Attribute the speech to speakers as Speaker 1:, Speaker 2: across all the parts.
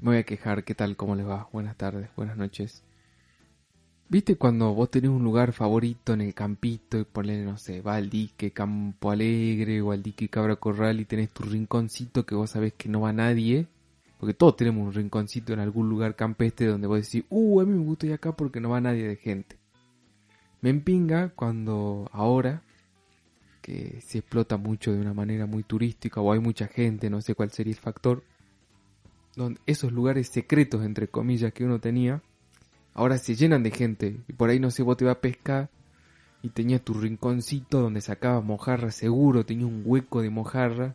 Speaker 1: Me voy a quejar, ¿qué tal? ¿Cómo les va? Buenas tardes, buenas noches. ¿Viste cuando vos tenés un lugar favorito en el campito y ponés, no sé, va al dique Campo Alegre o al dique Cabra Corral y tenés tu rinconcito que vos sabés que no va nadie? Porque todos tenemos un rinconcito en algún lugar campestre donde vos decís, uh, a mí me gusta ir acá porque no va nadie de gente. Me empinga cuando ahora, que se explota mucho de una manera muy turística o hay mucha gente, no sé cuál sería el factor, donde esos lugares secretos, entre comillas, que uno tenía, ahora se llenan de gente. Y por ahí, no sé, vos te vas a pescar y tenías tu rinconcito donde sacabas mojarra seguro, tenías un hueco de mojarra.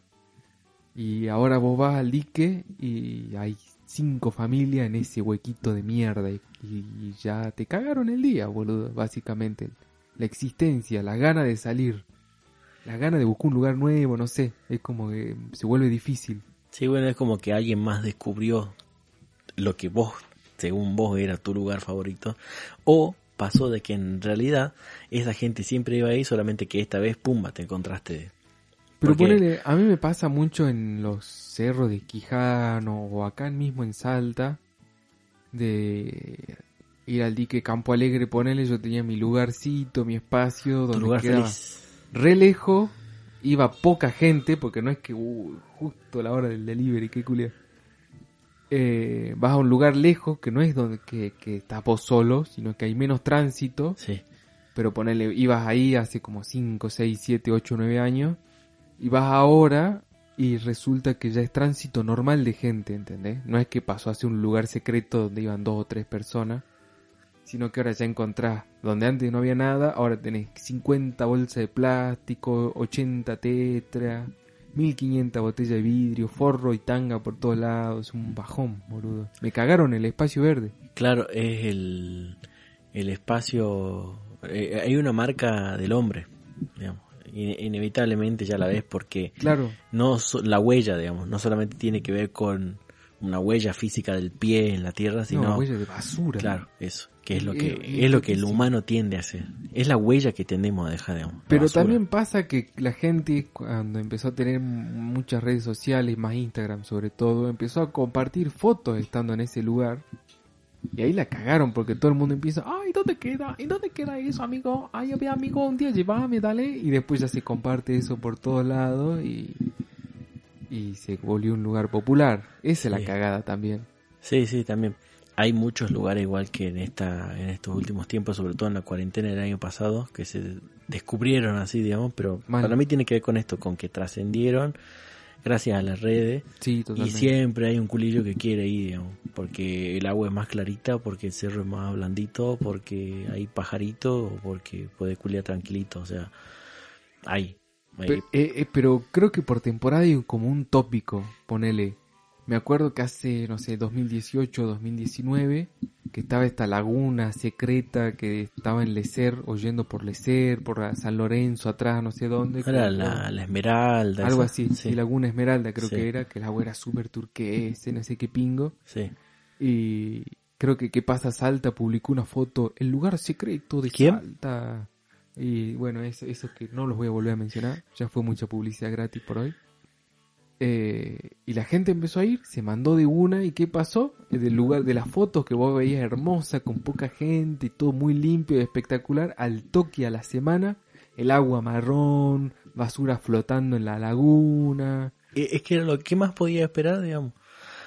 Speaker 1: Y ahora vos vas al dique y hay cinco familias en ese huequito de mierda. Y, y ya te cagaron el día, boludo, básicamente. La existencia, la gana de salir, la gana de buscar un lugar nuevo, no sé. Es como que se vuelve difícil.
Speaker 2: Sí, bueno, es como que alguien más descubrió lo que vos, según vos, era tu lugar favorito. O pasó de que en realidad esa gente siempre iba ahí, solamente que esta vez, pumba, te encontraste.
Speaker 1: Pero
Speaker 2: Porque-
Speaker 1: ponele, a mí me pasa mucho en los cerros de Quijano o acá mismo en Salta, de ir al dique Campo Alegre, ponele, yo tenía mi lugarcito, mi espacio,
Speaker 2: Tu
Speaker 1: donde
Speaker 2: lugar
Speaker 1: quedaba
Speaker 2: feliz.
Speaker 1: re lejos, iba poca gente, porque no es que uh, justo a la hora del delivery, qué culia. Eh, vas a un lugar lejos que no es donde que, que estás vos solo, sino que hay menos tránsito
Speaker 2: Sí.
Speaker 1: pero ponele, ibas ahí hace como 5, 6, 7, 8, 9 años, y vas ahora y resulta que ya es tránsito normal de gente, ¿entendés? No es que pasó hacia un lugar secreto donde iban dos o tres personas, sino que ahora ya encontrás, donde antes no había nada, ahora tenés 50 bolsas de plástico, 80 tetras, 1500 botellas de vidrio, forro y tanga por todos lados, es un bajón, boludo. Me cagaron el espacio verde.
Speaker 2: Claro, es el, el espacio. eh, hay una marca del hombre, digamos. Ine- inevitablemente ya la ves porque
Speaker 1: Claro.
Speaker 2: no so- la huella, digamos, no solamente tiene que ver con una huella física del pie en la tierra,
Speaker 1: No,
Speaker 2: sino
Speaker 1: huella de basura.
Speaker 2: Claro, eso, que es lo que
Speaker 1: Eh, eh,
Speaker 2: es lo que el
Speaker 1: sí.
Speaker 2: humano tiende a hacer. Es la huella que tendemos a dejar, digamos. la
Speaker 1: Pero
Speaker 2: basura.
Speaker 1: también pasa que la gente cuando empezó a tener muchas redes sociales, más Instagram sobre todo, empezó a compartir fotos estando en ese lugar. Y ahí la cagaron porque todo el mundo empieza, ay, ¿dónde queda? ¿Y dónde queda eso, amigo? Ay, a ver, amigo, un día llévame, dale. Y después ya se comparte eso por todos lados y, y se volvió un lugar popular. Esa es la
Speaker 2: Sí.
Speaker 1: cagada también.
Speaker 2: Sí, sí, también. Hay muchos lugares igual que en esta en estos últimos tiempos, sobre todo en la cuarentena del año pasado, que se descubrieron así, digamos, pero
Speaker 1: Mal.
Speaker 2: para mí tiene que ver con esto, con que trascendieron gracias a las redes
Speaker 1: Sí, totalmente.
Speaker 2: y siempre hay un culillo que quiere ir, digamos, porque el agua es más clarita, porque el cerro es más blandito, porque hay pajarito, o porque puede culiar tranquilito, o sea, hay. hay-
Speaker 1: Pe- eh, eh, pero creo que por temporada hay como un tópico, ponele. Me acuerdo que hace, no sé, 2018, 2019, que estaba esta laguna secreta que estaba en Lecer, oyendo por Lecer, por San Lorenzo, atrás, no sé dónde. que
Speaker 2: Era
Speaker 1: me acuerdo.
Speaker 2: la, la esmeralda.
Speaker 1: algo
Speaker 2: esa.
Speaker 1: así,
Speaker 2: Sí,
Speaker 1: sí, Laguna Esmeralda creo
Speaker 2: Sí.
Speaker 1: que era, que el agua era súper turquesa, no sé qué pingo.
Speaker 2: sí.
Speaker 1: Y creo que ¿Qué pasa Salta? publicó una foto, el lugar secreto de
Speaker 2: ¿Quién?
Speaker 1: Salta. Y bueno, eso, eso que no los voy a volver a mencionar, ya fue mucha publicidad gratis por hoy. Eh, y la gente empezó a ir, se mandó de una y ¿qué pasó? Eh, Del lugar de las fotos que vos veías hermosa, con poca gente y todo muy limpio y espectacular, al toque a la semana, el agua marrón, basura flotando en la laguna.
Speaker 2: E- Es que era lo que más podía esperar, digamos.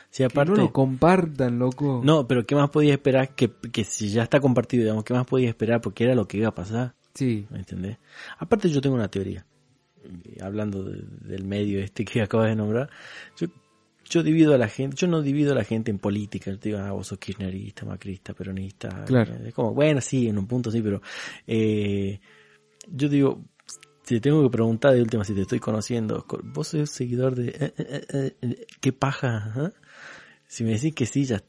Speaker 2: Si
Speaker 1: Que
Speaker 2: aparte.
Speaker 1: no lo compartan, loco.
Speaker 2: No, pero ¿qué más podía esperar? Que, que si ya está compartido, digamos, ¿qué más podía esperar? Porque era lo que iba a pasar,
Speaker 1: Sí,
Speaker 2: ¿me entendés? Aparte yo tengo una teoría, eh, hablando de- del medio este que acabas de nombrar, yo, yo divido a la gente, yo no divido a la gente en política, yo te digo, ah, vos sos kirchnerista, macrista, peronista,
Speaker 1: Claro.
Speaker 2: eh, es como, bueno, sí, en un punto sí, pero eh, yo digo, si te tengo que preguntar de última, si te estoy conociendo, co- vos sos seguidor de, eh, eh, eh, eh, qué paja, ajá? si me decís que sí, ya,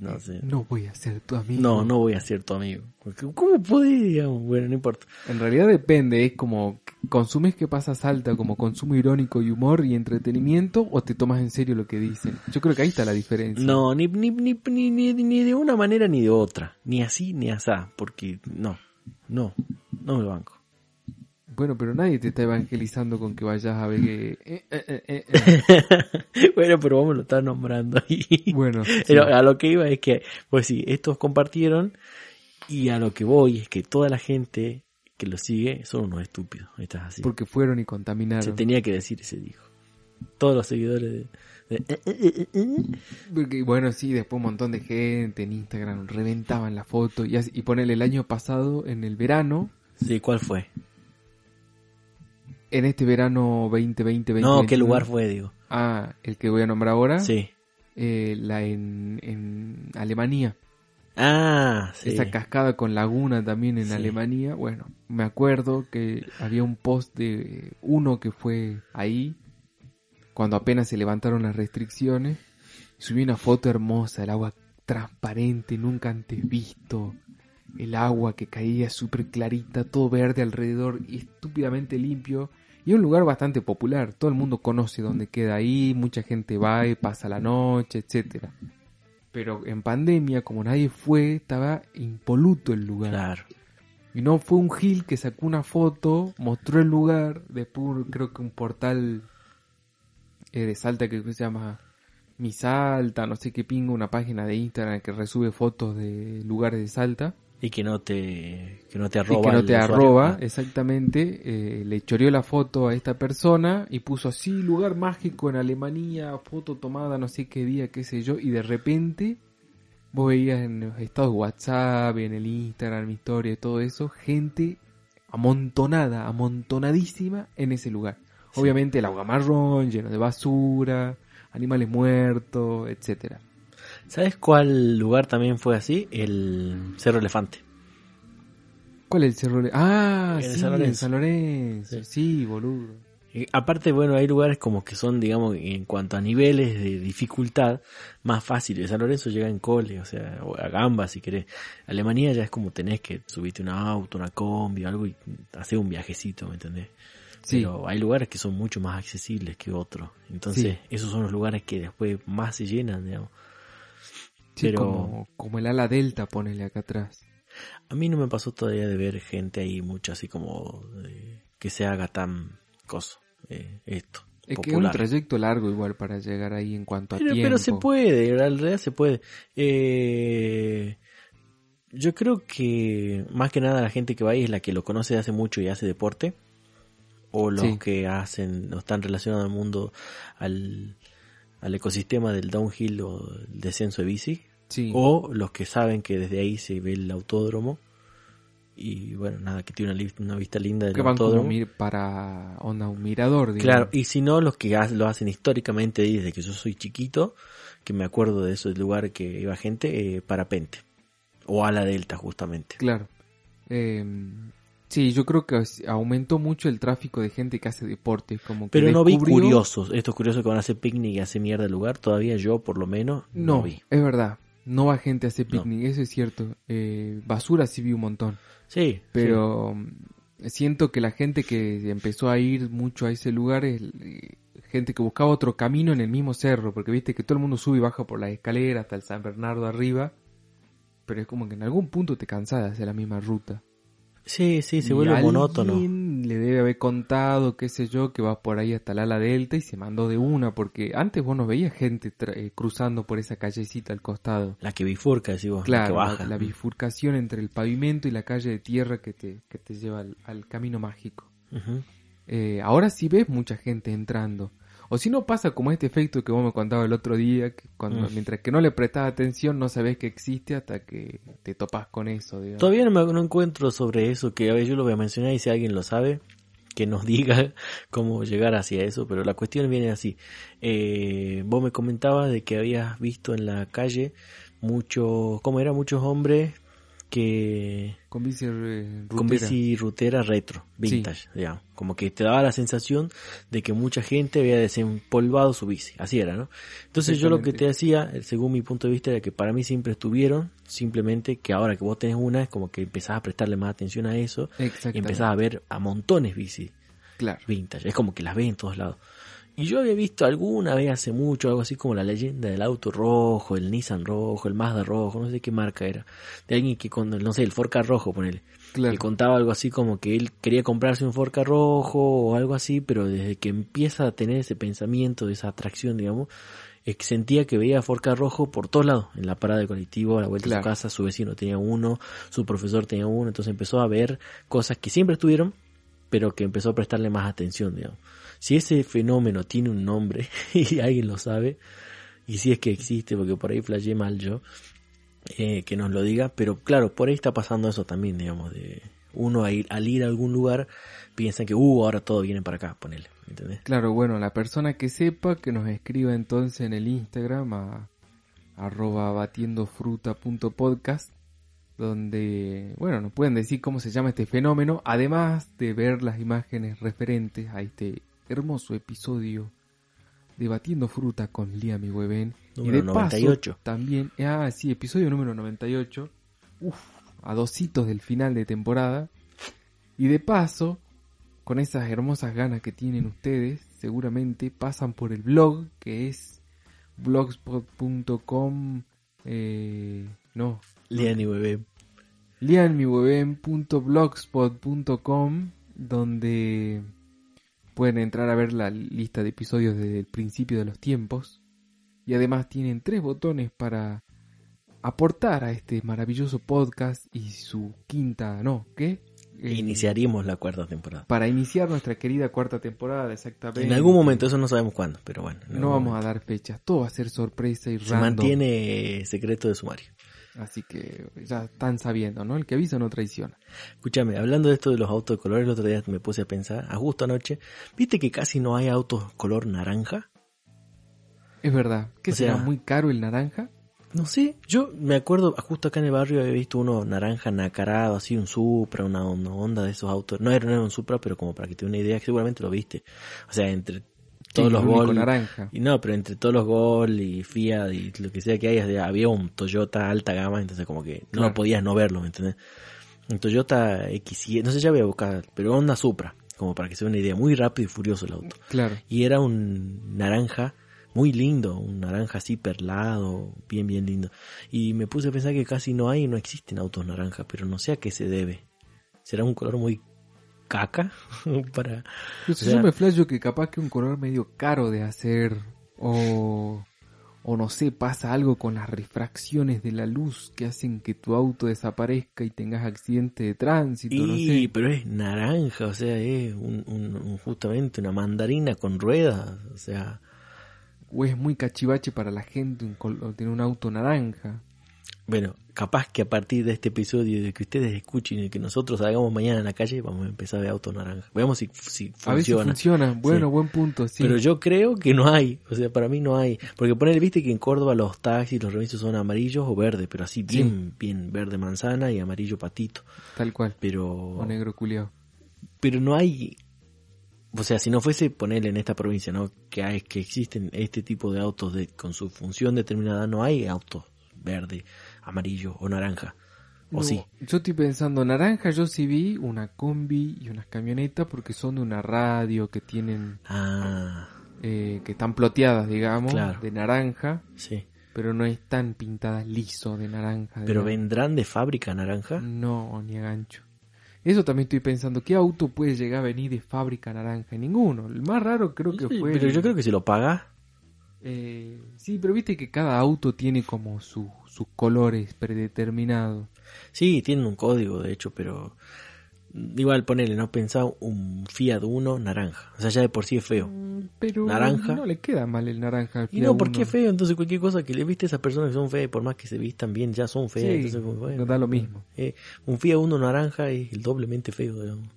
Speaker 2: no sé.
Speaker 1: no voy a ser tu amigo.
Speaker 2: No, no voy a ser tu amigo. Porque, ¿Cómo podés, digamos? Bueno, no importa.
Speaker 1: En realidad depende, es como consumes que pasa salta, como consumo irónico y humor y entretenimiento, o te tomas en serio lo que dicen. Yo creo que ahí está la diferencia.
Speaker 2: No, ni, ni, ni, ni, ni, ni de una manera ni de otra. Ni así ni asá. Porque no, no, no me banco.
Speaker 1: Bueno, pero nadie te está evangelizando con que vayas a ver que... eh, eh, eh, eh, eh.
Speaker 2: bueno, Bueno, pero vos me lo estás nombrando ahí.
Speaker 1: Bueno, sí.
Speaker 2: Pero ah, a lo que iba es que, pues sí, estos compartieron y a lo que voy es que toda la gente que lo sigue son unos estúpidos. Estás así.
Speaker 1: porque fueron y
Speaker 2: Se
Speaker 1: contaminaron.
Speaker 2: tenía que decir ese dijo. Todos los seguidores de... de- eh, eh, eh, eh, eh.
Speaker 1: Porque, bueno, sí, después un montón de gente en Instagram reventaban la foto y, así- y ponele el año pasado, en el verano,
Speaker 2: Sí, ¿cuál fue?
Speaker 1: en este verano 2020
Speaker 2: No, ¿qué
Speaker 1: 2021.
Speaker 2: lugar fue, digo?
Speaker 1: Ah, el que voy a nombrar ahora,
Speaker 2: Sí.
Speaker 1: eh, la en, en Alemania.
Speaker 2: Ah, sí.
Speaker 1: Esa cascada con laguna también en
Speaker 2: Sí.
Speaker 1: Alemania. Bueno, me acuerdo que había un post de uno que fue ahí cuando apenas se levantaron las restricciones. Subí una foto hermosa, el agua transparente, nunca antes visto. El agua que caía súper clarita, todo verde alrededor y estúpidamente limpio. Y es un lugar bastante popular, todo el mundo conoce dónde queda ahí, mucha gente va y pasa la noche, etcétera. Pero en pandemia, como nadie fue, estaba impoluto el lugar.
Speaker 2: Claro.
Speaker 1: Y no fue un Gil que sacó una foto, mostró el lugar, después creo que un portal eh, de Salta que se llama Mi Salta, no sé qué pingo, una página de Instagram que resube fotos de lugares de Salta.
Speaker 2: Y que no te, que no te
Speaker 1: y
Speaker 2: arroba.
Speaker 1: que no
Speaker 2: el
Speaker 1: te
Speaker 2: usuario.
Speaker 1: arroba,
Speaker 2: Ah,
Speaker 1: exactamente, eh, le choreó la foto a esta persona y puso así, lugar mágico en Alemania, foto tomada no sé qué día, qué sé yo, y de repente vos veías en los estados de WhatsApp, en el Instagram, mi historia y todo eso, gente amontonada, amontonadísima en ese lugar. Obviamente el agua marrón, lleno de basura, animales muertos, etcétera.
Speaker 2: ¿Sabes cuál lugar también fue así? El Cerro Elefante.
Speaker 1: ¿Cuál es el Cerro? Le- Ah,
Speaker 2: En
Speaker 1: sí,
Speaker 2: San
Speaker 1: en
Speaker 2: Lorenzo.
Speaker 1: San Lorenzo.
Speaker 2: Sí.
Speaker 1: Sí, boludo.
Speaker 2: Eh, Aparte, bueno, hay lugares como que son, digamos, en cuanto a niveles de dificultad, más fáciles. San Lorenzo llega en cole, o sea, o a gamba si querés. Alemania ya es como tenés que subirte un auto, una combi, algo y hacer un viajecito, ¿me entendés?
Speaker 1: Sí.
Speaker 2: Pero hay lugares que son mucho más accesibles que otros. Entonces, esos son los lugares que después más se llenan, digamos.
Speaker 1: Sí,
Speaker 2: Pero-
Speaker 1: como, como el ala delta, ponele acá atrás.
Speaker 2: A mí no me pasó todavía de ver gente ahí mucho así como eh, que se haga tan coso eh, esto.
Speaker 1: Es que es un
Speaker 2: popular.
Speaker 1: trayecto largo igual para llegar ahí en cuanto a
Speaker 2: Pero,
Speaker 1: tiempo.
Speaker 2: pero se puede, en realidad se puede. Eh, yo creo que más que nada la gente que va ahí es la que lo conoce de hace mucho y hace deporte. O los
Speaker 1: Sí.
Speaker 2: que hacen, o están relacionados al mundo, al, al ecosistema del downhill o el descenso de bici.
Speaker 1: Sí.
Speaker 2: O los que saben que desde ahí se ve el autódromo. Y bueno, nada, que tiene una, li- una vista linda del
Speaker 1: que van como
Speaker 2: autódromo.
Speaker 1: mir para onda, un mirador, digamos.
Speaker 2: Claro, y si no, los que ha- lo hacen históricamente desde que yo soy chiquito, que me acuerdo de ese lugar que iba gente, eh, parapente. O a la delta, justamente.
Speaker 1: Claro. Eh, sí, yo creo que as- aumentó mucho el tráfico de gente que hace deporte. Como que
Speaker 2: Pero no vi
Speaker 1: descubrió-
Speaker 2: curiosos, estos curiosos que van a hacer picnic y hacen mierda el lugar, todavía yo por lo menos no,
Speaker 1: No,
Speaker 2: vi.
Speaker 1: es verdad. No va gente a hacer
Speaker 2: No.
Speaker 1: picnic, eso es cierto. Eh, basura sí vi un montón.
Speaker 2: Sí, sí.
Speaker 1: Pero mm, siento que la gente que empezó a ir mucho a ese lugar es eh, gente que buscaba otro camino en el mismo cerro, porque viste que todo el mundo sube y baja por las escaleras hasta el San Bernardo arriba, pero es como que en algún punto te cansás de hacer la misma ruta.
Speaker 2: sí, sí, se
Speaker 1: Y
Speaker 2: vuelve monótono.
Speaker 1: alguien le debe haber contado, qué sé yo, que vas por ahí hasta el ala delta y se mandó de una, porque antes vos no veías gente tra- eh, cruzando por esa callecita al costado.
Speaker 2: La que bifurca, decimos,
Speaker 1: Claro,
Speaker 2: la que
Speaker 1: la,
Speaker 2: baja.
Speaker 1: la bifurcación entre el pavimento y la calle de tierra que te, que te lleva al, al camino mágico.
Speaker 2: Ujú.
Speaker 1: Eh, ahora sí ves mucha gente entrando. O si no pasa como este efecto que vos me contabas el otro día, que cuando,
Speaker 2: Mm.
Speaker 1: mientras que no le prestás atención no sabés que existe hasta que te topás con eso. digamos.
Speaker 2: Todavía no, me, no encuentro sobre eso, que a ver, yo lo voy a mencionar y si alguien lo sabe, que nos diga cómo llegar hacia eso, pero la cuestión viene así. Eh, vos me comentabas de que habías visto en la calle muchos, ¿cómo era? Muchos hombres que
Speaker 1: Con bici eh,
Speaker 2: con
Speaker 1: rutera.
Speaker 2: bici rutera retro, vintage, digamos. Como que te daba la sensación de que mucha gente había desempolvado su bici, así era, ¿no? Entonces yo lo que te hacía, eh, según mi punto de vista, era que para mí siempre estuvieron, simplemente que ahora que vos tenés una, es como que empezás a prestarle más atención a eso y
Speaker 1: Exactamente.
Speaker 2: empezás a ver a montones bici
Speaker 1: Claro.
Speaker 2: vintage, es como que las ves en todos lados. Y yo había visto alguna vez hace mucho algo así como la leyenda del auto rojo, el Nissan rojo, el Mazda rojo, no sé qué marca era. De alguien que con, no sé, el Forca rojo, ponele.
Speaker 1: Claro.
Speaker 2: Que contaba algo así como que él quería comprarse un Forca rojo o algo así, pero desde que empieza a tener ese pensamiento, de esa atracción, digamos, es eh, que sentía que veía a Forca rojo por todos lados, en la parada de colectivo, a la vuelta de
Speaker 1: Claro.
Speaker 2: su casa, su vecino tenía uno, su profesor tenía uno, entonces empezó a ver cosas que siempre estuvieron, pero que empezó a prestarle más atención, digamos. Si ese fenómeno tiene un nombre y alguien lo sabe, y si es que existe, porque por ahí flasheé mal yo, eh, que nos lo diga, pero claro, por ahí está pasando eso también, digamos, de uno a ir- al ir a algún lugar piensa que, uh, ahora todo viene para acá, ponele, ¿entendés?
Speaker 1: Claro, bueno, la persona que sepa que nos escriba entonces en el Instagram a arroba batiendofruta.podcast, donde, bueno, nos pueden decir cómo se llama este fenómeno, además de ver las imágenes referentes a este hermoso episodio de Batiendo Fruta con Lía Mi Huevén.
Speaker 2: Número
Speaker 1: y de
Speaker 2: 98.
Speaker 1: paso, también, ah, sí, episodio número 98, uf, a dositos del final de temporada. Y de paso, con esas hermosas ganas que tienen ustedes, seguramente pasan por el blog que es blogspot.com. Eh, no,
Speaker 2: Lean y bebé.
Speaker 1: lianmiweben.blogspot.com, donde pueden entrar a ver la lista de episodios desde el principio de los tiempos. Y además tienen tres botones para aportar a este maravilloso podcast y su quinta, no, ¿qué? Eh,
Speaker 2: Iniciaríamos la cuarta temporada.
Speaker 1: para iniciar nuestra querida cuarta temporada, exactamente.
Speaker 2: En algún momento, eso no sabemos cuándo, pero bueno. en
Speaker 1: No
Speaker 2: algún
Speaker 1: vamos a
Speaker 2: momento.
Speaker 1: dar fechas, todo va a ser sorpresa y
Speaker 2: Se
Speaker 1: random.
Speaker 2: mantiene secreto de sumario.
Speaker 1: Así que ya están sabiendo, ¿no? El que avisa no traiciona.
Speaker 2: Escúchame, hablando de esto de los autos de color, el otro día me puse a pensar, a justo anoche, ¿viste que casi no hay autos color naranja?
Speaker 1: Es verdad. ¿Qué
Speaker 2: O
Speaker 1: será
Speaker 2: sea-
Speaker 1: muy caro el naranja?
Speaker 2: No sé, yo me acuerdo, justo acá en el barrio había visto uno naranja nacarado, así un Supra, una on- onda de esos autos. No era, no era un Supra, pero como para que te dé una idea, seguramente lo viste. O sea, entre todos
Speaker 1: Sí,
Speaker 2: los
Speaker 1: el único
Speaker 2: Gol
Speaker 1: naranja.
Speaker 2: Y no, pero entre todos los Gol y Fiat y lo que sea que haya, había un Toyota alta gama, entonces como que no
Speaker 1: Claro.
Speaker 2: podías no verlo, ¿me entendés? Un Toyota X7, no sé, ya voy a buscar, pero onda Supra, como para que se dé una idea, muy rápido y furioso el auto.
Speaker 1: Claro.
Speaker 2: Y era un naranja muy lindo, un naranja así perlado, bien, bien lindo. Y me puse a pensar que casi no hay, no existen autos naranja, pero no sé a qué se debe. ¿Será un color muy caca? para...
Speaker 1: Pues
Speaker 2: O sea-
Speaker 1: yo me flasho que capaz que un color medio caro de hacer o o no sé, pasa algo con las refracciones de la luz que hacen que tu auto desaparezca y tengas accidente de tránsito, no
Speaker 2: Y,
Speaker 1: sé.
Speaker 2: pero es naranja, o sea, es un, un- un- justamente una mandarina con ruedas, o sea,
Speaker 1: O es muy cachivache para la gente un col- tener un auto naranja.
Speaker 2: bueno, capaz que a partir de este episodio de que ustedes escuchen y que nosotros hagamos mañana en la calle, vamos a empezar a ver autos naranja. Veamos si, si
Speaker 1: A veces
Speaker 2: funciona.
Speaker 1: funciona. Bueno,
Speaker 2: Sí.
Speaker 1: buen punto, sí.
Speaker 2: Pero yo creo que no hay, o sea, para mí no hay. Porque poner, viste que en Córdoba los taxis, los remisos son amarillos o verdes, pero así bien, bien verde manzana y amarillo patito.
Speaker 1: Tal cual. O
Speaker 2: Pero
Speaker 1: negro culiao.
Speaker 2: pero no hay o sea si no fuese ponerle en esta provincia no que hay que existen este tipo de autos de, con su función determinada no hay autos verde amarillo o naranja o
Speaker 1: No,
Speaker 2: sí
Speaker 1: Yo estoy pensando, naranja yo sí vi una combi y unas camionetas porque son de una radio que tienen,
Speaker 2: ah
Speaker 1: eh, que están ploteadas, digamos,
Speaker 2: Claro.
Speaker 1: de naranja,
Speaker 2: sí
Speaker 1: pero no están pintadas liso de naranja. de
Speaker 2: pero
Speaker 1: naranja.
Speaker 2: vendrán de fábrica naranja
Speaker 1: No, ni a gancho. Eso también estoy pensando, ¿qué auto puede llegar a venir de fábrica naranja? Ninguno. El más raro creo que
Speaker 2: Sí,
Speaker 1: fue...
Speaker 2: pero
Speaker 1: el-
Speaker 2: yo creo que si lo paga
Speaker 1: eh, sí, pero viste que cada auto tiene como su- sus colores predeterminados.
Speaker 2: sí tienen un código de hecho pero igual ponerle no pensaba un Fiat Uno naranja o sea ya de por sí es feo
Speaker 1: Pero
Speaker 2: Naranja.
Speaker 1: no le queda mal el naranja. al
Speaker 2: Y
Speaker 1: Mm. Fiat
Speaker 2: no, porque
Speaker 1: Uno.
Speaker 2: es feo, entonces cualquier cosa que le viste a esas personas que son feas, por más que se vistan bien, ya son feas.
Speaker 1: Sí,
Speaker 2: entonces, como, bueno,
Speaker 1: nos da lo mismo.
Speaker 2: eh, un Fiat uno naranja es el doblemente feo, digamos.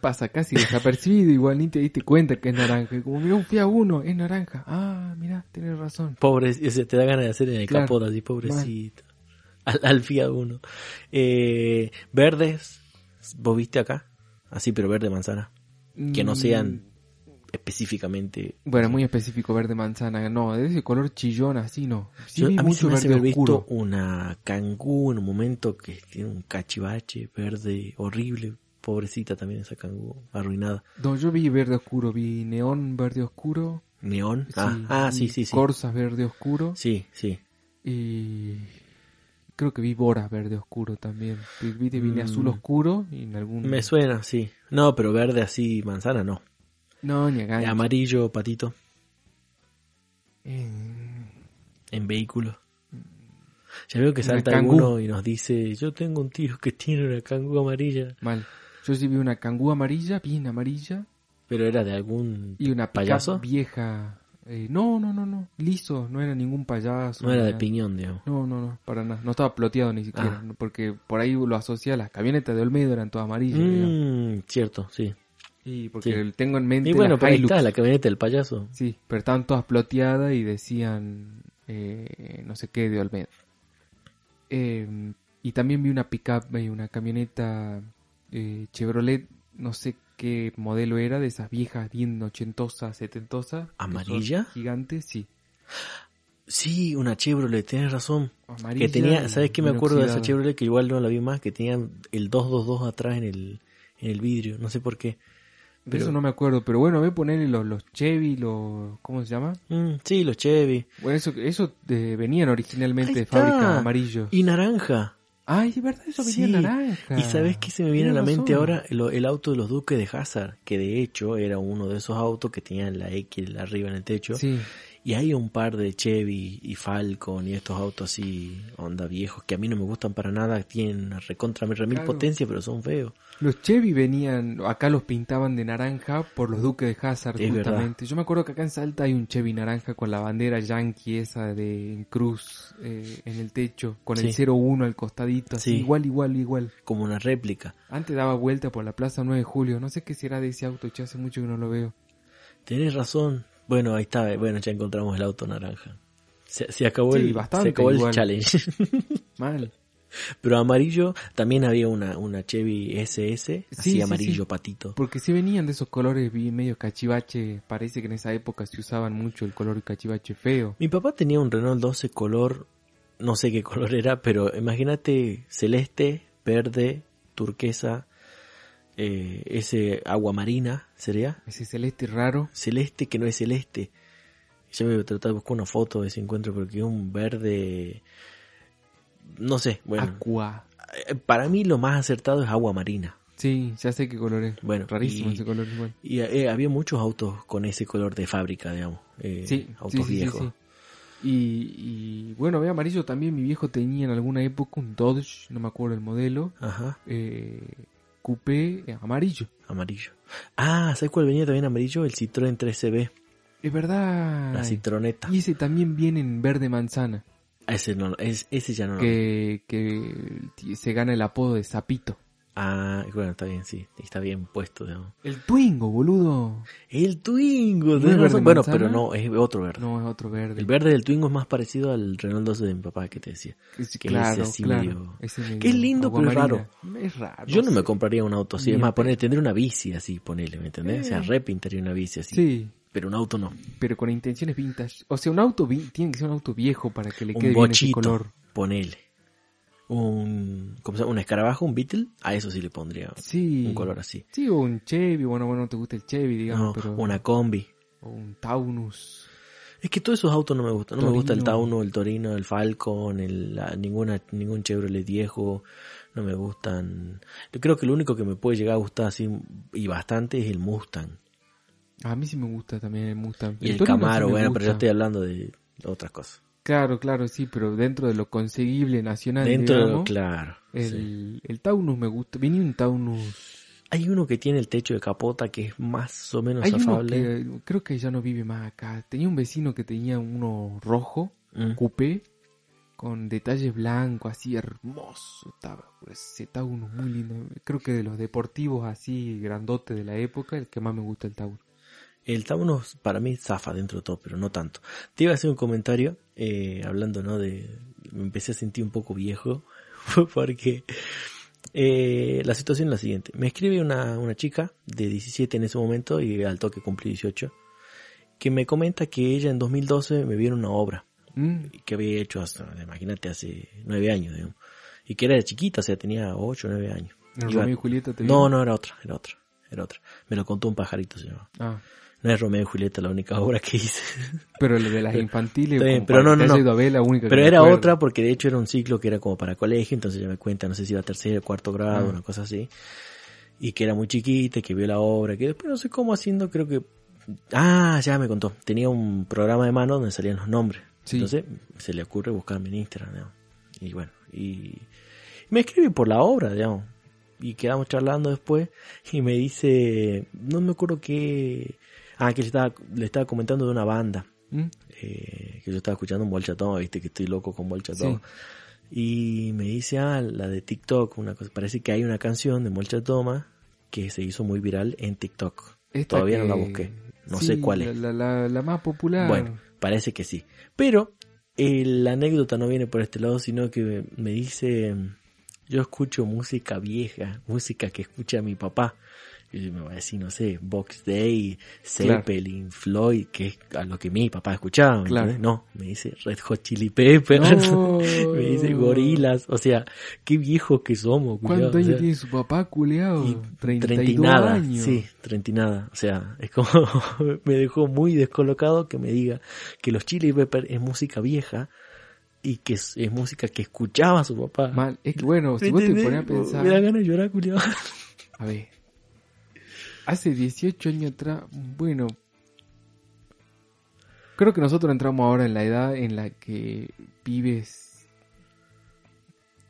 Speaker 1: Pasa casi desapercibido, igual ni te diste cuenta que es naranja. Y como, mira, un Fiat uno es naranja. Ah, mira, tienes razón.
Speaker 2: Pobre, o sea, te da ganas de hacer en el
Speaker 1: Claro,
Speaker 2: capota, así, pobrecito. Al, al Fiat uno. Eh, verdes, vos viste acá, así, pero verde manzana. Que no
Speaker 1: Mm,
Speaker 2: sean específicamente.
Speaker 1: Bueno, muy específico, verde manzana. No, de ese color chillón así no. Sí,
Speaker 2: Yo-
Speaker 1: vi
Speaker 2: a mí se
Speaker 1: mucho
Speaker 2: me hace
Speaker 1: verde
Speaker 2: haber visto
Speaker 1: oscuro.
Speaker 2: una cangú en un momento que tiene un cachivache verde horrible. pobrecita también esa canguro, arruinada.
Speaker 1: No, yo vi verde oscuro, vi neón verde oscuro.
Speaker 2: Neón. ah, ah, sí,
Speaker 1: vi
Speaker 2: sí, sí.
Speaker 1: Corsas verde oscuro.
Speaker 2: Sí, sí.
Speaker 1: Y creo que vi boras verde oscuro también. Vi- vi- Vine
Speaker 2: Mm.
Speaker 1: azul oscuro y en algún...
Speaker 2: Me suena, sí. No, pero verde así, manzana no.
Speaker 1: No, ni acá.
Speaker 2: Amarillo, patito,
Speaker 1: Eh,
Speaker 2: en vehículo. Ya veo que
Speaker 1: Una
Speaker 2: salta
Speaker 1: cangú.
Speaker 2: alguno y nos dice, yo tengo un tío que tiene una cangú amarilla.
Speaker 1: mal. Yo sí vi una cangú amarilla, bien amarilla.
Speaker 2: Pero era de algún...
Speaker 1: Y una pickup
Speaker 2: ¿Payaso?
Speaker 1: vieja. Eh, no, no, no, no. Liso, no era ningún payaso.
Speaker 2: No era de
Speaker 1: nada.
Speaker 2: piñón, digamos.
Speaker 1: No, no, no, para nada. No estaba ploteado ni siquiera.
Speaker 2: Ah.
Speaker 1: no, Porque por ahí lo asocia a las camionetas de Olmedo, eran todas amarillas. digamos.
Speaker 2: Mm, cierto, sí.
Speaker 1: Y porque
Speaker 2: sí.
Speaker 1: tengo en mente.
Speaker 2: Y bueno,
Speaker 1: las
Speaker 2: pero ahí
Speaker 1: Hilux.
Speaker 2: está la camioneta del payaso.
Speaker 1: Sí, pero estaban todas ploteadas y decían eh, no sé qué de Olmedo. Eh, y también vi una pickup, eh, una camioneta eh, Chevrolet, no sé qué modelo era, de esas viejas bien ochentosas, setentosas. que son
Speaker 2: ¿Amarilla?
Speaker 1: Gigantes, sí.
Speaker 2: Sí, una Chevrolet, tienes razón.
Speaker 1: Amarilla.
Speaker 2: Que tenía, ¿sabes qué me acuerdo de esa
Speaker 1: Chevrolet?
Speaker 2: Chevrolet? Que igual no la vi más, que tenía el 222 atrás en el, en el vidrio, no sé por qué.
Speaker 1: De
Speaker 2: Pero-
Speaker 1: eso no me acuerdo, pero bueno, ve ponerle los, los Chevy, los. ¿Cómo se llama?
Speaker 2: Mm, sí, los Chevy.
Speaker 1: Bueno, eso, eso eh, venían originalmente
Speaker 2: Ahí
Speaker 1: de
Speaker 2: está.
Speaker 1: fábrica amarillo.
Speaker 2: Y naranja.
Speaker 1: Ay, es verdad, eso venía
Speaker 2: Sí.
Speaker 1: naranja.
Speaker 2: ¿Y sabes qué se me viene a la
Speaker 1: Tenés
Speaker 2: mente
Speaker 1: razón.
Speaker 2: ahora? El, el auto de los Duques de Hazard, que de hecho era uno de esos autos que tenían la X arriba en el techo.
Speaker 1: Sí,
Speaker 2: Y hay un par de Chevy y Falcon y estos autos así, onda viejos, que a mí no me gustan para nada, tienen recontra remil
Speaker 1: Claro.
Speaker 2: potencia, pero son feos.
Speaker 1: los Chevy venían, acá los pintaban de naranja por los duques de Hazard,
Speaker 2: Es verdad.
Speaker 1: justamente. Yo me acuerdo que acá en Salta hay un Chevy naranja con la bandera yankee esa de en cruz eh, en el techo, con
Speaker 2: Sí.
Speaker 1: el 01 al costadito, así,
Speaker 2: Sí.
Speaker 1: igual, igual, igual.
Speaker 2: Como una réplica.
Speaker 1: Antes daba vuelta por la plaza 9 de julio, no sé qué será de ese auto, che, hace mucho que no lo veo.
Speaker 2: Tenés razón. Bueno, ahí está, eh, bueno, ya encontramos el auto naranja. Se, se acabó,
Speaker 1: Sí,
Speaker 2: el,
Speaker 1: bastante
Speaker 2: se acabó el
Speaker 1: igual.
Speaker 2: challenge.
Speaker 1: Mal.
Speaker 2: Pero amarillo, también había una, una Chevy SS, así
Speaker 1: sí,
Speaker 2: amarillo
Speaker 1: sí.
Speaker 2: patito.
Speaker 1: Porque si venían de esos colores vi medio cachivache, parece que en esa época se usaban mucho el color cachivache feo.
Speaker 2: Mi papá tenía un Renault 12 color, no sé qué color era, pero imagínate celeste, verde, turquesa, eh, ese agua marina, ¿sería?
Speaker 1: Ese celeste raro.
Speaker 2: Celeste que no es celeste. Ya voy a tratar de buscar una foto de ese encuentro porque es un verde... No sé, bueno.
Speaker 1: Aqua.
Speaker 2: eh, Para mí lo más acertado es agua marina.
Speaker 1: Sí, ya sé qué color es.
Speaker 2: Bueno,
Speaker 1: rarísimo
Speaker 2: y-
Speaker 1: ese color igual.
Speaker 2: Y eh, había muchos autos con ese color de fábrica, digamos. eh,
Speaker 1: Sí,
Speaker 2: autos
Speaker 1: sí, sí, sí,
Speaker 2: viejos.
Speaker 1: sí. Y, y, bueno, ve amarillo también. Mi viejo tenía en alguna época un Dodge, no me acuerdo el modelo,
Speaker 2: Ajá,
Speaker 1: eh, coupé eh, amarillo.
Speaker 2: amarillo. Ah, ¿sabes cuál venía también amarillo? El Citroën 3CB.
Speaker 1: Es verdad.
Speaker 2: La citroneta.
Speaker 1: y ese también viene en verde manzana,
Speaker 2: Ese, no, es, ese ya no lo vi.
Speaker 1: que, que t- se gana el apodo de Zapito.
Speaker 2: Ah, bueno, está bien, sí. Está bien puesto, digamos.
Speaker 1: El Twingo, boludo.
Speaker 2: El Twingo.
Speaker 1: ¿No
Speaker 2: tenés
Speaker 1: es verde
Speaker 2: razón. Bueno,
Speaker 1: manzana?
Speaker 2: pero no, es otro verde.
Speaker 1: No, es otro verde.
Speaker 2: El verde del Twingo es más parecido al Renault 12 de mi papá que te decía.
Speaker 1: Es-
Speaker 2: que
Speaker 1: claro,
Speaker 2: es así
Speaker 1: claro.
Speaker 2: medio-
Speaker 1: Ese medio
Speaker 2: que es lindo, pero es
Speaker 1: aguamarina. Es raro.
Speaker 2: Yo no me
Speaker 1: sí.
Speaker 2: compraría un auto así.
Speaker 1: Ni
Speaker 2: Es más,
Speaker 1: en pedo.
Speaker 2: poner, tendría una bici así, ponele, ¿me entendés? O sea,
Speaker 1: Eh.
Speaker 2: repintaría una bici así.
Speaker 1: Sí,
Speaker 2: Pero un auto no.
Speaker 1: pero con intenciones vintage. O sea, un auto vi- tiene que ser un auto viejo para que le
Speaker 2: un
Speaker 1: quede bien ese
Speaker 2: bochito,
Speaker 1: color.
Speaker 2: ponele. Un, ¿cómo se llama? Un escarabajo, un beetle, a eso sí le pondría
Speaker 1: Sí.
Speaker 2: un color así.
Speaker 1: Sí, o un Chevy, bueno, bueno, no te gusta el Chevy, digamos,
Speaker 2: No,
Speaker 1: pero
Speaker 2: Una combi.
Speaker 1: o un Taunus.
Speaker 2: Es que todos esos autos no me gustan. No me gusta el
Speaker 1: Torino.
Speaker 2: Tauno, el Torino, el Falcon, el, la- ninguna, ningún Chevrolet viejo. No me gustan. Yo creo que lo único que me puede llegar a gustar así y bastante es el Mustang.
Speaker 1: A mí sí me gusta también el Mustang.
Speaker 2: Y el,
Speaker 1: Torino sí
Speaker 2: Camaro,
Speaker 1: me
Speaker 2: bueno, pero yo
Speaker 1: gusta.
Speaker 2: estoy hablando de otras cosas.
Speaker 1: Claro, claro, sí, pero dentro de lo conseguible nacional,
Speaker 2: Dentro de lo
Speaker 1: Ah, digamos,
Speaker 2: claro. sí.
Speaker 1: el, el Taunus me gusta. Venía un Taunus.
Speaker 2: Hay uno que tiene el techo de capota que es más o menos
Speaker 1: Hay uno
Speaker 2: afable.
Speaker 1: que creo que ya no vive más acá. Tenía un vecino que tenía uno rojo,
Speaker 2: Mm.
Speaker 1: coupé, con detalles blancos, así hermoso. Estaba ese Taunus muy lindo. Creo que de los deportivos así grandote de la época, el que más me gusta el Taunus.
Speaker 2: El Taunus para mí zafa dentro de todo, pero no tanto. Te iba a hacer un comentario, eh, hablando, ¿no? De, me empecé a sentir un poco viejo, porque eh, la situación es la siguiente. Me escribe una, una chica de 17 en ese momento y al toque cumplí 18, que me comenta que ella en 2012 me vio en una obra
Speaker 1: Mm,
Speaker 2: que había hecho hasta, imagínate, hace nueve años, digamos. Y que era chiquita, o sea, tenía ocho, nueve años.
Speaker 1: En
Speaker 2: Iba-
Speaker 1: Romeo y Julieta te
Speaker 2: No,
Speaker 1: vieron.
Speaker 2: no, era otra, era otra, era otra. Me lo contó un pajarito, se llama.
Speaker 1: Ah,
Speaker 2: No es Romeo y Julieta la única obra que hice.
Speaker 1: pero lo de las infantiles.
Speaker 2: Está bien,
Speaker 1: como
Speaker 2: pero
Speaker 1: para
Speaker 2: no,
Speaker 1: que
Speaker 2: no,
Speaker 1: haya
Speaker 2: no.
Speaker 1: ido a ver la única que
Speaker 2: Pero
Speaker 1: me
Speaker 2: era
Speaker 1: acuerdo.
Speaker 2: otra porque de hecho era un ciclo que era como para colegio, entonces ya me cuenta, no sé si iba a tercero, cuarto grado,
Speaker 1: Ah.
Speaker 2: una cosa así. Y que era muy chiquita, y que vio la obra, que después no sé cómo haciendo, creo que... Ah, ya me contó. Tenía un programa de mano donde salían los nombres.
Speaker 1: Sí.
Speaker 2: Entonces se le ocurre buscarme en Instagram, digamos. Y bueno, y me escribe por la obra, digamos. Y quedamos charlando después y me dice, no me acuerdo qué... Ah, que le estaba, le estaba comentando de una banda
Speaker 1: ¿Mm?
Speaker 2: eh, que yo estaba escuchando un bolchatón, viste que estoy loco con bolchatón.
Speaker 1: Sí.
Speaker 2: Y me dice, ah, la de TikTok, una cosa, parece que hay una canción de Molchatoma que se hizo muy viral en TikTok.
Speaker 1: Esta
Speaker 2: Todavía no la
Speaker 1: que-
Speaker 2: busqué, no
Speaker 1: Sí,
Speaker 2: sé cuál es.
Speaker 1: La, la- la más popular.
Speaker 2: Bueno, parece que sí. Pero eh, la anécdota no viene por este lado, sino que me- me dice, yo escucho música vieja, música que escucha mi papá. Y yo me va a decir, no sé, Box Day,
Speaker 1: Claro.
Speaker 2: Zeppelin, Floyd, que es a lo que mi papá escuchaba. ¿me
Speaker 1: Claro.
Speaker 2: entendés? No, me dice Red Hot Chili Peppers,
Speaker 1: No.
Speaker 2: me dice Gorilas. O sea, qué viejos que somos. cuidado,
Speaker 1: ¿Cuántos
Speaker 2: o
Speaker 1: años
Speaker 2: sea,
Speaker 1: tiene su papá, culeado?
Speaker 2: y
Speaker 1: 32
Speaker 2: treinta y nada,
Speaker 1: años.
Speaker 2: sí, treinta y nada. O sea, es como me dejó muy descolocado que me diga que los Chili Peppers es música vieja y que es, es música que escuchaba su papá.
Speaker 1: Mal. Es que bueno, si
Speaker 2: ¿Me
Speaker 1: vos te
Speaker 2: entendés?
Speaker 1: pones a pensar.
Speaker 2: Me da ganas de llorar, culiao.
Speaker 1: A ver. Hace 18 años atrás, bueno. Creo que nosotros entramos ahora en la edad en la que pibes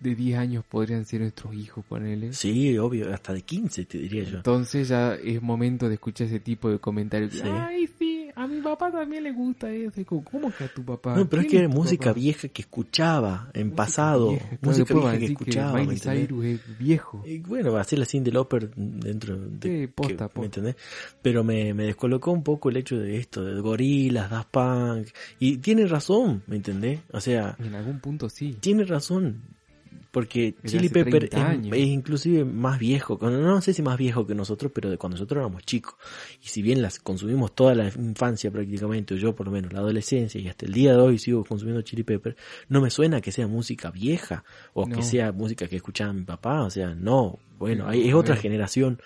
Speaker 1: de 10 años podrían ser nuestros hijos, ponele.
Speaker 2: Sí, obvio, hasta de 15 te diría yo.
Speaker 1: Entonces ya es momento de escuchar ese tipo de comentarios.
Speaker 2: Sí.
Speaker 1: Ay, sí, a mi papá también le gusta eso. Y como, ¿Cómo que a tu papá?
Speaker 2: No, pero es
Speaker 1: ¿Quién
Speaker 2: que era
Speaker 1: tu
Speaker 2: música
Speaker 1: papá?
Speaker 2: vieja que escuchaba en
Speaker 1: Música
Speaker 2: pasado,
Speaker 1: vieja. Claro,
Speaker 2: música
Speaker 1: después van
Speaker 2: vieja
Speaker 1: a
Speaker 2: que
Speaker 1: decir
Speaker 2: escuchaba. ¿me
Speaker 1: Miley
Speaker 2: entendés? Eh.
Speaker 1: Cyrus es viejo.
Speaker 2: Y bueno, va a ser la Cindy Lauper dentro de...
Speaker 1: Sí, posta,
Speaker 2: que-
Speaker 1: posta.
Speaker 2: ¿Me entendés? Pero me, me descolocó un poco el hecho de esto, de gorilas, Daft Punk. Y tiene razón, ¿me entendés? O sea,
Speaker 1: En algún punto sí.
Speaker 2: tiene razón. Porque
Speaker 1: Desde
Speaker 2: Chili
Speaker 1: hace
Speaker 2: Pepper
Speaker 1: 30
Speaker 2: es,
Speaker 1: años.
Speaker 2: es inclusive más viejo. No, no sé si más viejo que nosotros, pero de cuando nosotros éramos chicos. Y si bien las consumimos toda la infancia prácticamente, o yo por lo menos, la adolescencia, y hasta el día de hoy sigo consumiendo Chili Pepper, no me suena que sea música vieja o
Speaker 1: No.
Speaker 2: que sea música que escuchaba mi papá. O sea, no. Bueno,
Speaker 1: No,
Speaker 2: hay- es
Speaker 1: a
Speaker 2: otra
Speaker 1: ver.
Speaker 2: generación.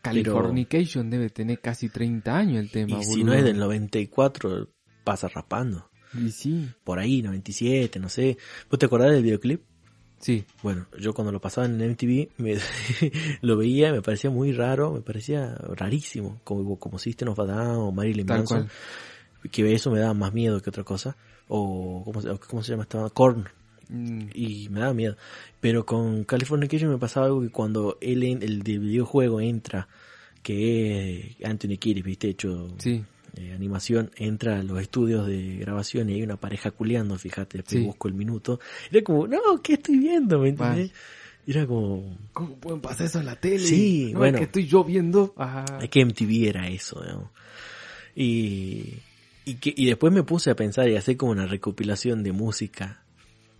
Speaker 1: Californication debe tener casi 30 años el tema,
Speaker 2: Y si no
Speaker 1: boludo.
Speaker 2: es del 94, pasa rapando.
Speaker 1: Y sí,
Speaker 2: Por ahí, 97, no sé. ¿Vos te acordás del videoclip?
Speaker 1: sí.
Speaker 2: Bueno, yo cuando lo pasaban en MTV me, lo veía, me parecía muy raro, me parecía rarísimo, como, como System of a Down o Marilyn
Speaker 1: Tal
Speaker 2: Manson, que eso me daba más miedo que otra cosa, o ¿cómo, se- cómo se llama esta banda? Korn,
Speaker 1: Mm,
Speaker 2: y me daba miedo. Pero con Californication me pasaba algo que cuando el, el de videojuego entra, que es Anthony Kiddis, viste, hecho
Speaker 1: sí.
Speaker 2: eh, animación entra a los estudios de grabación y hay una pareja culeando, fíjate, después
Speaker 1: Sí.
Speaker 2: busco el minuto. Era como, no, ¿qué estoy viendo? ¿Me entendés? Era como,
Speaker 1: ¿Cómo pueden pasar eso en la tele?
Speaker 2: Sí,
Speaker 1: No,
Speaker 2: bueno.
Speaker 1: es que estoy yo viendo. Ajá.
Speaker 2: es que MTV era eso, digamos. Y, y, que, y después me puse a pensar y hacer como una recopilación de música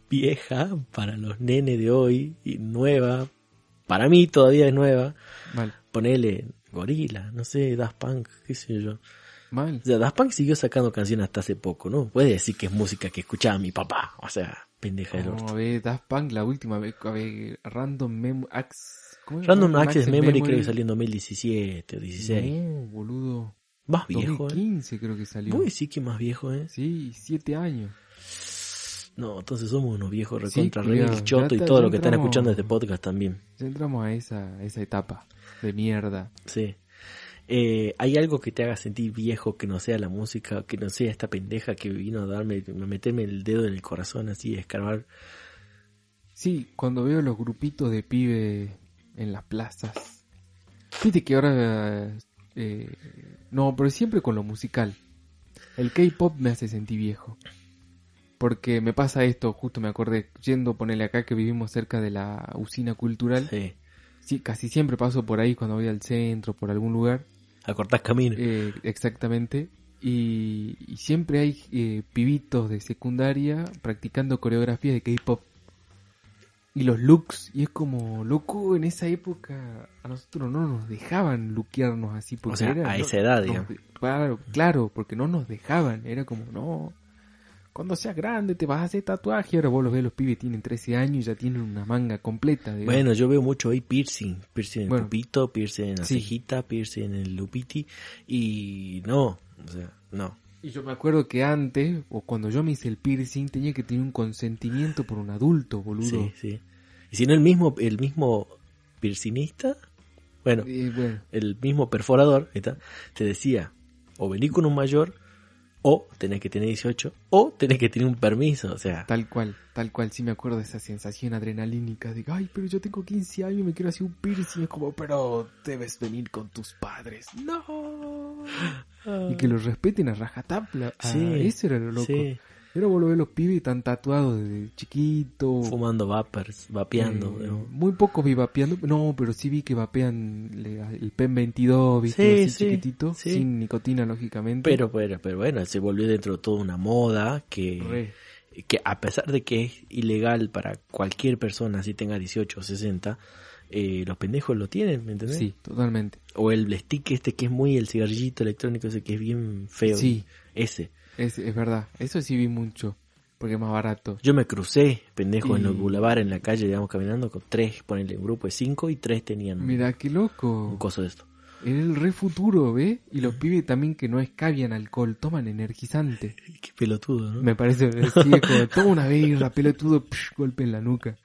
Speaker 2: vieja para los nenes de hoy y nueva. Para mí todavía es nueva.
Speaker 1: Mal,
Speaker 2: Ponele Gorila, no sé, Daft Punk, qué sé yo.
Speaker 1: mal.
Speaker 2: O sea, Daft Punk siguió sacando canciones hasta hace poco, ¿no? Puede decir que es música que escuchaba mi papá. O sea, pendeja del
Speaker 1: No,
Speaker 2: orto.
Speaker 1: a ver, Daft Punk la última vez. A ver, Random Mem Axe. ¿cómo es?
Speaker 2: Random Access
Speaker 1: Access
Speaker 2: Memory, creo que salió en 2017 o 16.
Speaker 1: No, boludo.
Speaker 2: Más viejo, ¿eh?
Speaker 1: 2015 creo que salió.
Speaker 2: Vos decís que más viejo, ¿eh?
Speaker 1: Sí, 7 años.
Speaker 2: No, entonces somos unos viejos
Speaker 1: Sí,
Speaker 2: recontra re
Speaker 1: culiao,
Speaker 2: mil choto
Speaker 1: ya
Speaker 2: y
Speaker 1: está-
Speaker 2: todo
Speaker 1: ya
Speaker 2: lo que están
Speaker 1: entramos.
Speaker 2: escuchando este podcast también.
Speaker 1: Ya entramos a esa, a esa etapa de mierda.
Speaker 2: Sí. Eh, ¿Hay algo que te haga sentir viejo que no sea la música, que no sea esta pendeja que vino a darme, a meterme el dedo en el corazón así, a escarbar?
Speaker 1: Sí, cuando veo los grupitos de pibe en las plazas. Viste que ahora... eh, no, pero siempre con lo musical. El K-Pop me hace sentir viejo. Porque me pasa esto, justo me acordé, yendo, ponele acá que vivimos cerca de la usina cultural.
Speaker 2: Sí.
Speaker 1: Sí, casi siempre paso por ahí cuando voy al centro, por algún lugar.
Speaker 2: Acortás camino.
Speaker 1: Eh, exactamente. Y, y siempre hay eh, pibitos de secundaria practicando coreografías de K-pop. Y los looks, y es como, loco, en esa época a nosotros no nos dejaban lookearnos así. Porque
Speaker 2: O sea,
Speaker 1: era-
Speaker 2: a
Speaker 1: no-
Speaker 2: esa edad,
Speaker 1: nos
Speaker 2: digamos.
Speaker 1: de- claro, claro, porque no nos dejaban. Era como, no, Cuando seas grande te vas a hacer tatuaje. Ahora vos los ves, los pibes tienen 13 años y ya tienen una manga completa. digamos.
Speaker 2: Bueno, yo veo mucho hoy piercing, piercing en
Speaker 1: Bueno.
Speaker 2: el pupito, piercing en la
Speaker 1: Sí.
Speaker 2: cejita, piercing en el lupiti y no, o sea, no.
Speaker 1: Y yo me acuerdo que antes, o cuando yo me hice el piercing, tenía que tener un consentimiento por un adulto, boludo.
Speaker 2: Sí, sí. Y si no el mismo el mismo piercingista, bueno,
Speaker 1: Eh, bueno,
Speaker 2: el mismo perforador, ahí está, te decía, o vení con un mayor o tenés que tener 18 o tenés que tener un permiso, o sea,
Speaker 1: tal cual, tal cual, sí me acuerdo de esa sensación adrenalínica de, ay, pero yo tengo 15 años y me quiero hacer un piercing. Es como, pero debes venir con tus padres. No. Y que lo respeten a rajatapla. Ah,
Speaker 2: Sí,
Speaker 1: eso era lo loco.
Speaker 2: sí,
Speaker 1: Pero vos lo ves los pibes tan tatuados desde chiquito.
Speaker 2: fumando vapers, vapeando,
Speaker 1: Eh,
Speaker 2: ¿no?
Speaker 1: Muy pocos vi vapeando. No, pero sí vi que vapean le- el PEN 22, viste,
Speaker 2: Sí,
Speaker 1: así
Speaker 2: sí,
Speaker 1: chiquitito.
Speaker 2: sí.
Speaker 1: Sin nicotina, lógicamente.
Speaker 2: pero, pero, pero bueno, se volvió dentro de toda una moda que
Speaker 1: Re.
Speaker 2: que a pesar de que es ilegal para cualquier persona, si tenga 18 o 60, eh, los pendejos lo tienen, ¿me entendés?
Speaker 1: Sí, totalmente.
Speaker 2: O el stick este que es muy el cigarrillito electrónico ese que es bien feo.
Speaker 1: Sí.
Speaker 2: Ese.
Speaker 1: Es, es verdad. Eso sí vi mucho. Porque es más barato.
Speaker 2: Yo me crucé, pendejo, en
Speaker 1: Y-
Speaker 2: los boulevard, en la calle, digamos, caminando con tres, ponele un grupo de cinco y tres tenían
Speaker 1: Mirá qué
Speaker 2: Mm. un
Speaker 1: loco.
Speaker 2: coso de esto.
Speaker 1: Era el re futuro, ¿ve? Y los pibes también que no escabian alcohol, toman energizante.
Speaker 2: Qué pelotudo, ¿no?
Speaker 1: Me parece ciego. Toma una birra, pelotudo, psh, golpe en la nuca.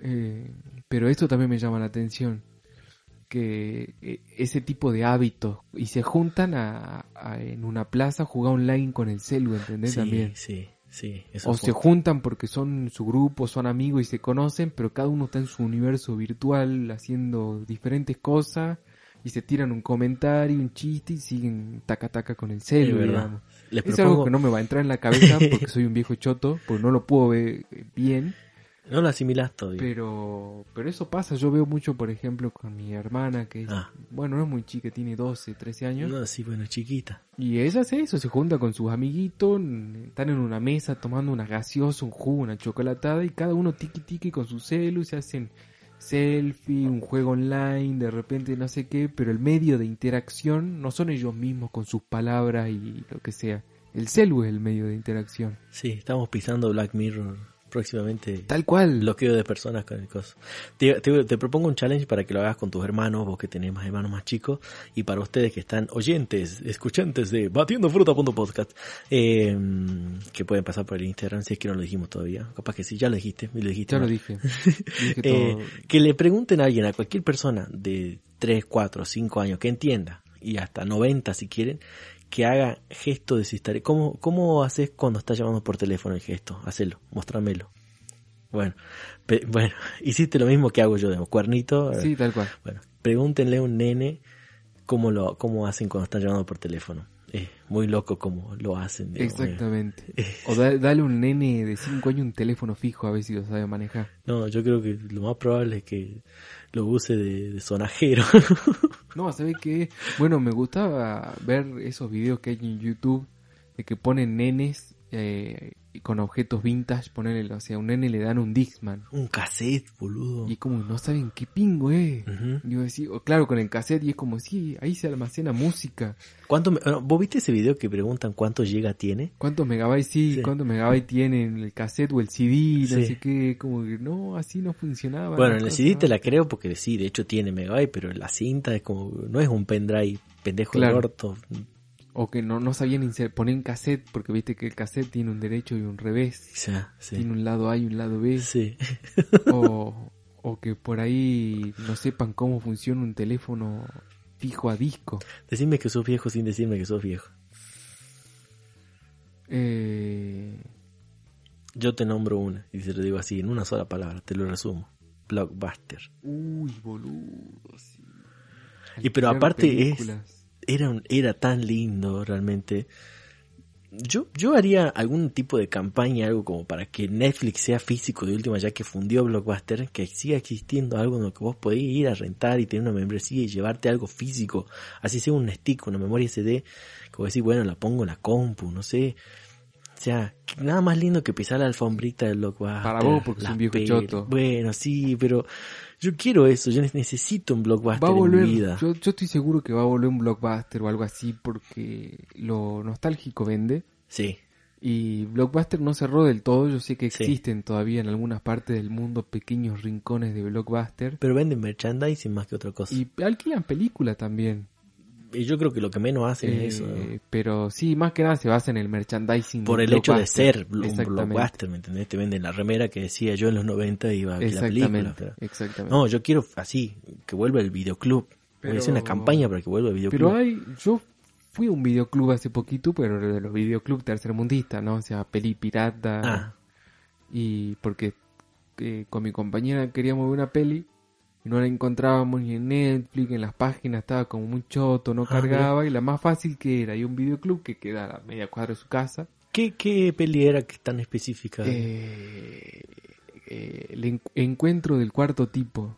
Speaker 1: Eh, pero esto también me llama la atención. Que eh, ese tipo de hábitos. Y se juntan a, a- en una plaza a jugar online con el celu, ¿entendés?
Speaker 2: sí,
Speaker 1: también.
Speaker 2: sí, sí. Eso
Speaker 1: O
Speaker 2: fue.
Speaker 1: se juntan porque son su grupo, son amigos y se conocen, pero cada uno está en su universo virtual haciendo diferentes cosas y se tiran un comentario, un chiste y siguen taca taca con el
Speaker 2: Es
Speaker 1: celu,
Speaker 2: verdad.
Speaker 1: digamos.
Speaker 2: Les
Speaker 1: Es
Speaker 2: propongo-
Speaker 1: algo que no me va a entrar en la cabeza porque soy un viejo choto, porque no lo puedo ver eh, bien,
Speaker 2: no lo asimilás todavía.
Speaker 1: pero, pero eso pasa. Yo veo mucho, por ejemplo, con mi hermana que, es-
Speaker 2: Ah.
Speaker 1: bueno, no es muy chica, tiene 12, 13 años,
Speaker 2: No, sí, bueno, chiquita.
Speaker 1: y ella hace eso, se junta con sus amiguitos, n- están en una mesa tomando una gaseosa, un jugo, una chocolatada y cada uno tiki tiki con su celu, se hacen selfie, un juego online, de repente no sé qué, pero el medio de interacción no son ellos mismos con sus palabras y lo que sea. El celu es el medio de interacción.
Speaker 2: Sí, estamos pisando Black Mirror. Próximamente
Speaker 1: Tal cual.
Speaker 2: bloqueo de personas con el coso. Te, te- te propongo un challenge para que lo hagas con tus hermanos, vos que tenés más hermanos más chicos, y para ustedes que están oyentes, escuchantes de batiendofruta.podcast, eh, que pueden pasar por el Instagram si es que no lo dijimos todavía. Capaz que sí, ya lo dijiste, me lo dijiste.
Speaker 1: ya
Speaker 2: ¿no?
Speaker 1: lo dije. Dije
Speaker 2: Eh,
Speaker 1: todo.
Speaker 2: que le pregunten a alguien, a cualquier persona de 3, 4, 5 años, que entienda, y hasta 90 si quieren, que haga gesto de si estaré. ¿Cómo, cómo haces cuando estás llamando por teléfono el gesto? Hacelo, mostrámelo. Bueno, pe- bueno, hiciste lo mismo que hago yo, de cuernito. eh,
Speaker 1: Sí, tal cual.
Speaker 2: Bueno, pregúntenle a un nene cómo lo cómo hacen cuando están llamando por teléfono. Es muy loco cómo lo hacen. digamos, eh.
Speaker 1: Exactamente. O da- dale a un nene de 5 años un teléfono fijo a ver si lo sabe manejar.
Speaker 2: No, yo creo que lo más probable es que lo use de, de sonajero.
Speaker 1: No, ¿sabes qué? Bueno, me gustaba ver esos videos que hay en YouTube de que ponen nenes eh, con objetos vintage, ponerle, o sea, a un nene le dan un Dixman.
Speaker 2: Un cassette, boludo.
Speaker 1: Y como no saben qué pingo es.
Speaker 2: Ujú.
Speaker 1: Digo, sí, o claro, con el cassette y es como, sí, ahí se almacena música.
Speaker 2: ¿Cuánto me- bueno, ¿Vos viste ese video que preguntan cuánto llega tiene?
Speaker 1: ¿Cuántos megabytes sí?
Speaker 2: Sí.
Speaker 1: ¿Cuántos megabytes tienen el cassette o el CD? No
Speaker 2: Sí.
Speaker 1: sé qué, como que no, así no funcionaba.
Speaker 2: Bueno,
Speaker 1: la
Speaker 2: en el
Speaker 1: cosa.
Speaker 2: CD te la creo porque sí, de hecho tiene megabyte, pero la cinta es como, no es un pendrive pendejo del
Speaker 1: Claro.
Speaker 2: orto.
Speaker 1: O que no, no sabían inser- poner un cassette porque viste que el cassette tiene un derecho y un revés.
Speaker 2: O sea, sí.
Speaker 1: Tiene un lado A y un lado B.
Speaker 2: Sí.
Speaker 1: o, o que por ahí no sepan cómo funciona un teléfono fijo a disco.
Speaker 2: Decime que sos viejo sin decirme que sos viejo.
Speaker 1: Eh,
Speaker 2: Yo te nombro una y te lo digo así, en una sola palabra, te lo resumo. Blockbuster.
Speaker 1: uy, boludo. sí.
Speaker 2: Y pero
Speaker 1: Alquilar
Speaker 2: aparte es-
Speaker 1: películas.
Speaker 2: Era, un- era tan lindo realmente. Yo, yo haría algún tipo de campaña, algo como para que Netflix sea físico de última, ya que fundió Blockbuster, que siga existiendo algo en lo que vos podés ir a rentar y tener una membresía y llevarte algo físico, así sea un stick, una memoria SD, como decir, bueno, la pongo en la compu, no sé. O sea, nada más lindo que pisar la alfombrita del Blockbuster.
Speaker 1: Para vos, porque sos
Speaker 2: las
Speaker 1: un viejo
Speaker 2: pelis.
Speaker 1: choto.
Speaker 2: Bueno, sí, pero yo quiero eso, yo ne- necesito un Blockbuster
Speaker 1: Va a
Speaker 2: en mi
Speaker 1: volver,
Speaker 2: vida.
Speaker 1: yo, yo estoy seguro que va a volver un blockbuster o algo así porque lo nostálgico vende
Speaker 2: Sí,
Speaker 1: Y Blockbuster no cerró del todo, yo sé que
Speaker 2: Sí.
Speaker 1: existen todavía en algunas partes del mundo pequeños rincones de Blockbuster.
Speaker 2: Pero venden merchandising más que otra cosa. Y,
Speaker 1: Y alquilan películas también.
Speaker 2: yo creo que lo que menos hacen
Speaker 1: Eh,
Speaker 2: es eso.
Speaker 1: Pero sí, más que nada se basa en el merchandising.
Speaker 2: Por
Speaker 1: de
Speaker 2: el hecho de
Speaker 1: Blockbuster.
Speaker 2: ser blo- un
Speaker 1: Exactamente.
Speaker 2: blockbuster, ¿me entendés? Te venden la remera que decía yo en los 90 iba a la película.
Speaker 1: Exactamente,
Speaker 2: pero-
Speaker 1: exactamente.
Speaker 2: No, yo quiero así, que vuelva el videoclub. Voy a hacer una
Speaker 1: Pero-
Speaker 2: campaña para que vuelva el videoclub.
Speaker 1: Pero hay, yo fui a un videoclub hace poquito, pero de los videoclub tercermundistas, ¿no? O sea, peli pirata.
Speaker 2: Ah,
Speaker 1: Y porque eh, con mi compañera queríamos ver una peli y no la encontrábamos ni en Netflix, en las páginas estaba como muy choto, no
Speaker 2: Ah,
Speaker 1: cargaba y la más fácil que era, y un videoclub que queda a la media cuadra de su casa.
Speaker 2: ¿qué, ¿Qué peli era que tan específica?
Speaker 1: Eh, eh, el en- encuentro del cuarto tipo.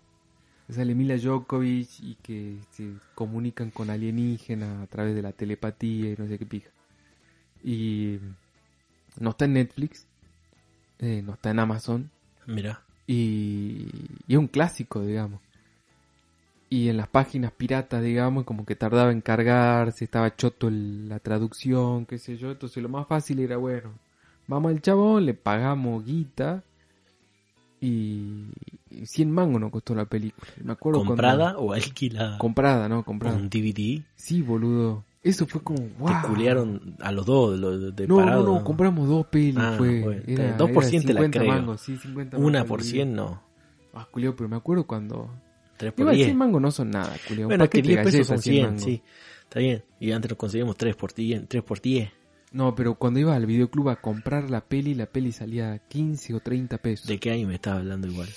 Speaker 1: Sale Mila Djokovic y que se comunican con alienígenas a través de la telepatía y no sé qué pija. Y mm, no está en Netflix, eh, no está en Amazon
Speaker 2: Mira,
Speaker 1: y, y es un clásico, digamos. Y en las páginas piratas, digamos, como que tardaba en cargarse, estaba choto el- la traducción, qué sé yo. Entonces lo más fácil era, bueno, vamos al chabón, le pagamos guita y, y 100 mangos nos costó la película. Me acuerdo cuando-
Speaker 2: ¿comprada o alquilada?
Speaker 1: comprada, ¿no? Comprada.
Speaker 2: ¿Con DVD?
Speaker 1: Sí, boludo. Eso fue como, wow.
Speaker 2: Te culearon a los dos, lo- de
Speaker 1: No,
Speaker 2: parado.
Speaker 1: no, no, compramos dos pelis,
Speaker 2: Ah,
Speaker 1: fue.
Speaker 2: bueno, está
Speaker 1: era,
Speaker 2: bien. 2% la
Speaker 1: 50
Speaker 2: creo.
Speaker 1: mangos, sí, 50 mangos
Speaker 2: Una
Speaker 1: al
Speaker 2: por
Speaker 1: día.
Speaker 2: cien, no.
Speaker 1: Ah, culio, pero me acuerdo cuando.
Speaker 2: Tres por
Speaker 1: Iba a decir
Speaker 2: diez.
Speaker 1: mango no son nada, culio.
Speaker 2: Bueno, que
Speaker 1: te
Speaker 2: 10 pesos
Speaker 1: galletas
Speaker 2: son
Speaker 1: cien
Speaker 2: 100,
Speaker 1: mangos?
Speaker 2: sí. Está bien. Y antes nos conseguimos 3 por 10. 3 por 10.
Speaker 1: No, pero cuando iba al videoclub a comprar la peli, la peli salía a 15 o 30 pesos.
Speaker 2: ¿De qué año me estaba hablando igual?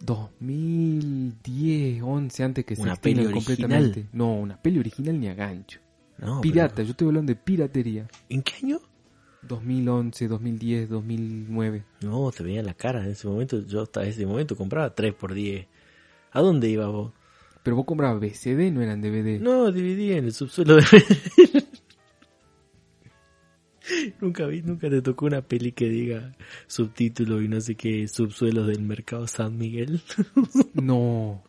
Speaker 1: 2010, 11, antes que se
Speaker 2: Una
Speaker 1: extingan
Speaker 2: peli original.
Speaker 1: completamente. No, una peli original ni a gancho.
Speaker 2: No,
Speaker 1: Pirata,
Speaker 2: pero-
Speaker 1: yo estoy hablando de piratería.
Speaker 2: ¿En qué año?
Speaker 1: 2011, 2010, 2009.
Speaker 2: No, te veía la cara en ese momento. Yo hasta ese momento compraba 3 por 10. ¿A dónde ibas vos?
Speaker 1: Pero vos comprabas BCD, no eran DVD.
Speaker 2: No, dividí en el subsuelo de... nunca vi, nunca te tocó una peli que diga subtítulo y no sé qué, subsuelos del mercado San Miguel.
Speaker 1: No.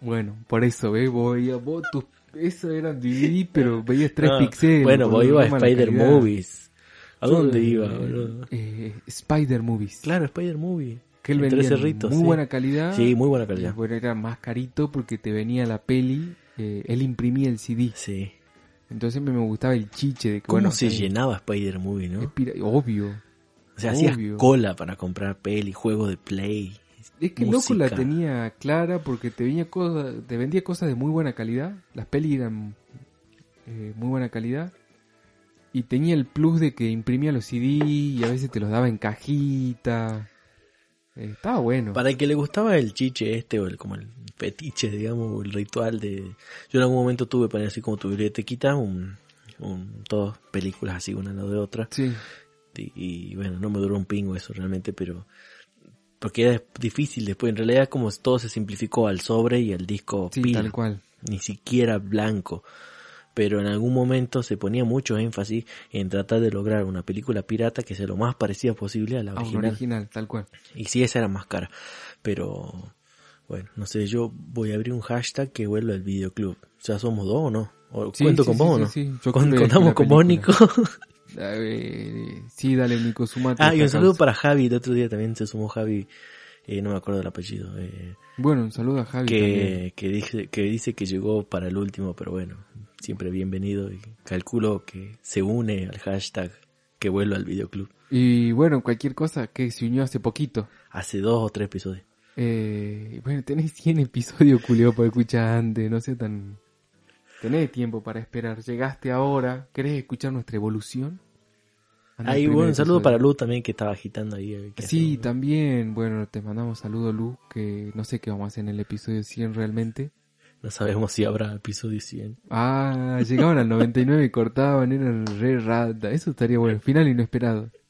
Speaker 1: Bueno, por eso, ¿ves? Vos, veías- vos tus... Eso eran DVD, pero veías 3
Speaker 2: No,
Speaker 1: píxeles.
Speaker 2: Bueno, vos
Speaker 1: boludo,
Speaker 2: ibas a
Speaker 1: mala
Speaker 2: Spider
Speaker 1: calidad.
Speaker 2: Movies. ¿A
Speaker 1: Yo,
Speaker 2: dónde
Speaker 1: eh,
Speaker 2: iba, boludo?
Speaker 1: eh, Spider Movies.
Speaker 2: Claro, Spider Movie.
Speaker 1: Que él
Speaker 2: En
Speaker 1: vendía
Speaker 2: Tres
Speaker 1: en
Speaker 2: Cerritos,
Speaker 1: muy
Speaker 2: sí.
Speaker 1: buena calidad.
Speaker 2: Sí, muy buena calidad.
Speaker 1: Y, bueno, era más carito porque te venía la peli. eh, él imprimía el CD.
Speaker 2: Sí.
Speaker 1: Entonces me, me gustaba el chiche de que,
Speaker 2: ¿Cómo
Speaker 1: bueno,
Speaker 2: se
Speaker 1: está bien,
Speaker 2: llenaba Spider Movie, no?
Speaker 1: es pira- Obvio.
Speaker 2: O sea, hacías
Speaker 1: obvio.
Speaker 2: cola para comprar peli, juegos de play.
Speaker 1: Es que el loco la tenía clara porque te, venía cosa- te vendía cosas de muy buena calidad. Las pelis eran eh, muy buena calidad. Y tenía el plus de que imprimía los CD y a veces te los daba en cajita. Eh, estaba bueno.
Speaker 2: Para el que le gustaba el chiche este, o el, como el fetiche, digamos, o el ritual de... Yo en algún momento tuve, para así como tu bibliotequita, un, un, todas películas así, una al lado de otra.
Speaker 1: Sí.
Speaker 2: Y, y, bueno, no me duró un pingo eso realmente, pero... Porque era difícil después, en realidad como todo se simplificó al sobre y al disco
Speaker 1: Sí,
Speaker 2: pila.
Speaker 1: tal cual.
Speaker 2: ni siquiera blanco. Pero en algún momento se ponía mucho énfasis en tratar de lograr una película pirata que sea lo más parecida posible a la
Speaker 1: Ah, un
Speaker 2: original.
Speaker 1: original, tal cual.
Speaker 2: Y sí, esa era más cara. Pero bueno, no sé, yo voy a abrir un hashtag que vuelva al videoclub. ¿Ya somos dos o no? ¿O
Speaker 1: Sí,
Speaker 2: ¿Cuento
Speaker 1: sí,
Speaker 2: con
Speaker 1: sí,
Speaker 2: vos
Speaker 1: sí,
Speaker 2: o no?
Speaker 1: sí. Yo
Speaker 2: ¿Con-
Speaker 1: creo que
Speaker 2: ¿Contamos
Speaker 1: la
Speaker 2: con vos, Nico?
Speaker 1: película. A ver, sí, dale, Nico, sumate. a
Speaker 2: ah, y
Speaker 1: esta
Speaker 2: un saludo
Speaker 1: causa.
Speaker 2: para Javi. El otro día también se sumó Javi. eh, no me acuerdo el apellido. eh,
Speaker 1: Bueno, un saludo a Javi. también.
Speaker 2: que, que, dice, que dice que llegó para el último, pero bueno, siempre bienvenido y calculo que se une al hashtag que vuelva al videoclub.
Speaker 1: Y bueno, cualquier cosa que se unió hace poquito.
Speaker 2: Hace dos o tres episodios.
Speaker 1: Eh, bueno, tenés 100 episodios, culio, para escuchar antes, no sé tan... Tenés tiempo para esperar, llegaste ahora, ¿querés escuchar nuestra evolución? Anda al
Speaker 2: Ahí,
Speaker 1: Ah, primer
Speaker 2: bueno, un saludo
Speaker 1: episodio. Ah,
Speaker 2: para Luz también que estaba agitando ahí. eh, a ver qué
Speaker 1: Sí,
Speaker 2: hacemos.
Speaker 1: también, bueno, te mandamos saludo, Lu, que no sé qué vamos a hacer en el episodio 100 realmente.
Speaker 2: No sabemos si habrá episodio 100.
Speaker 1: Ah, llegaban al 99 y cortaban, eran re rata, eso estaría bueno, final inesperado.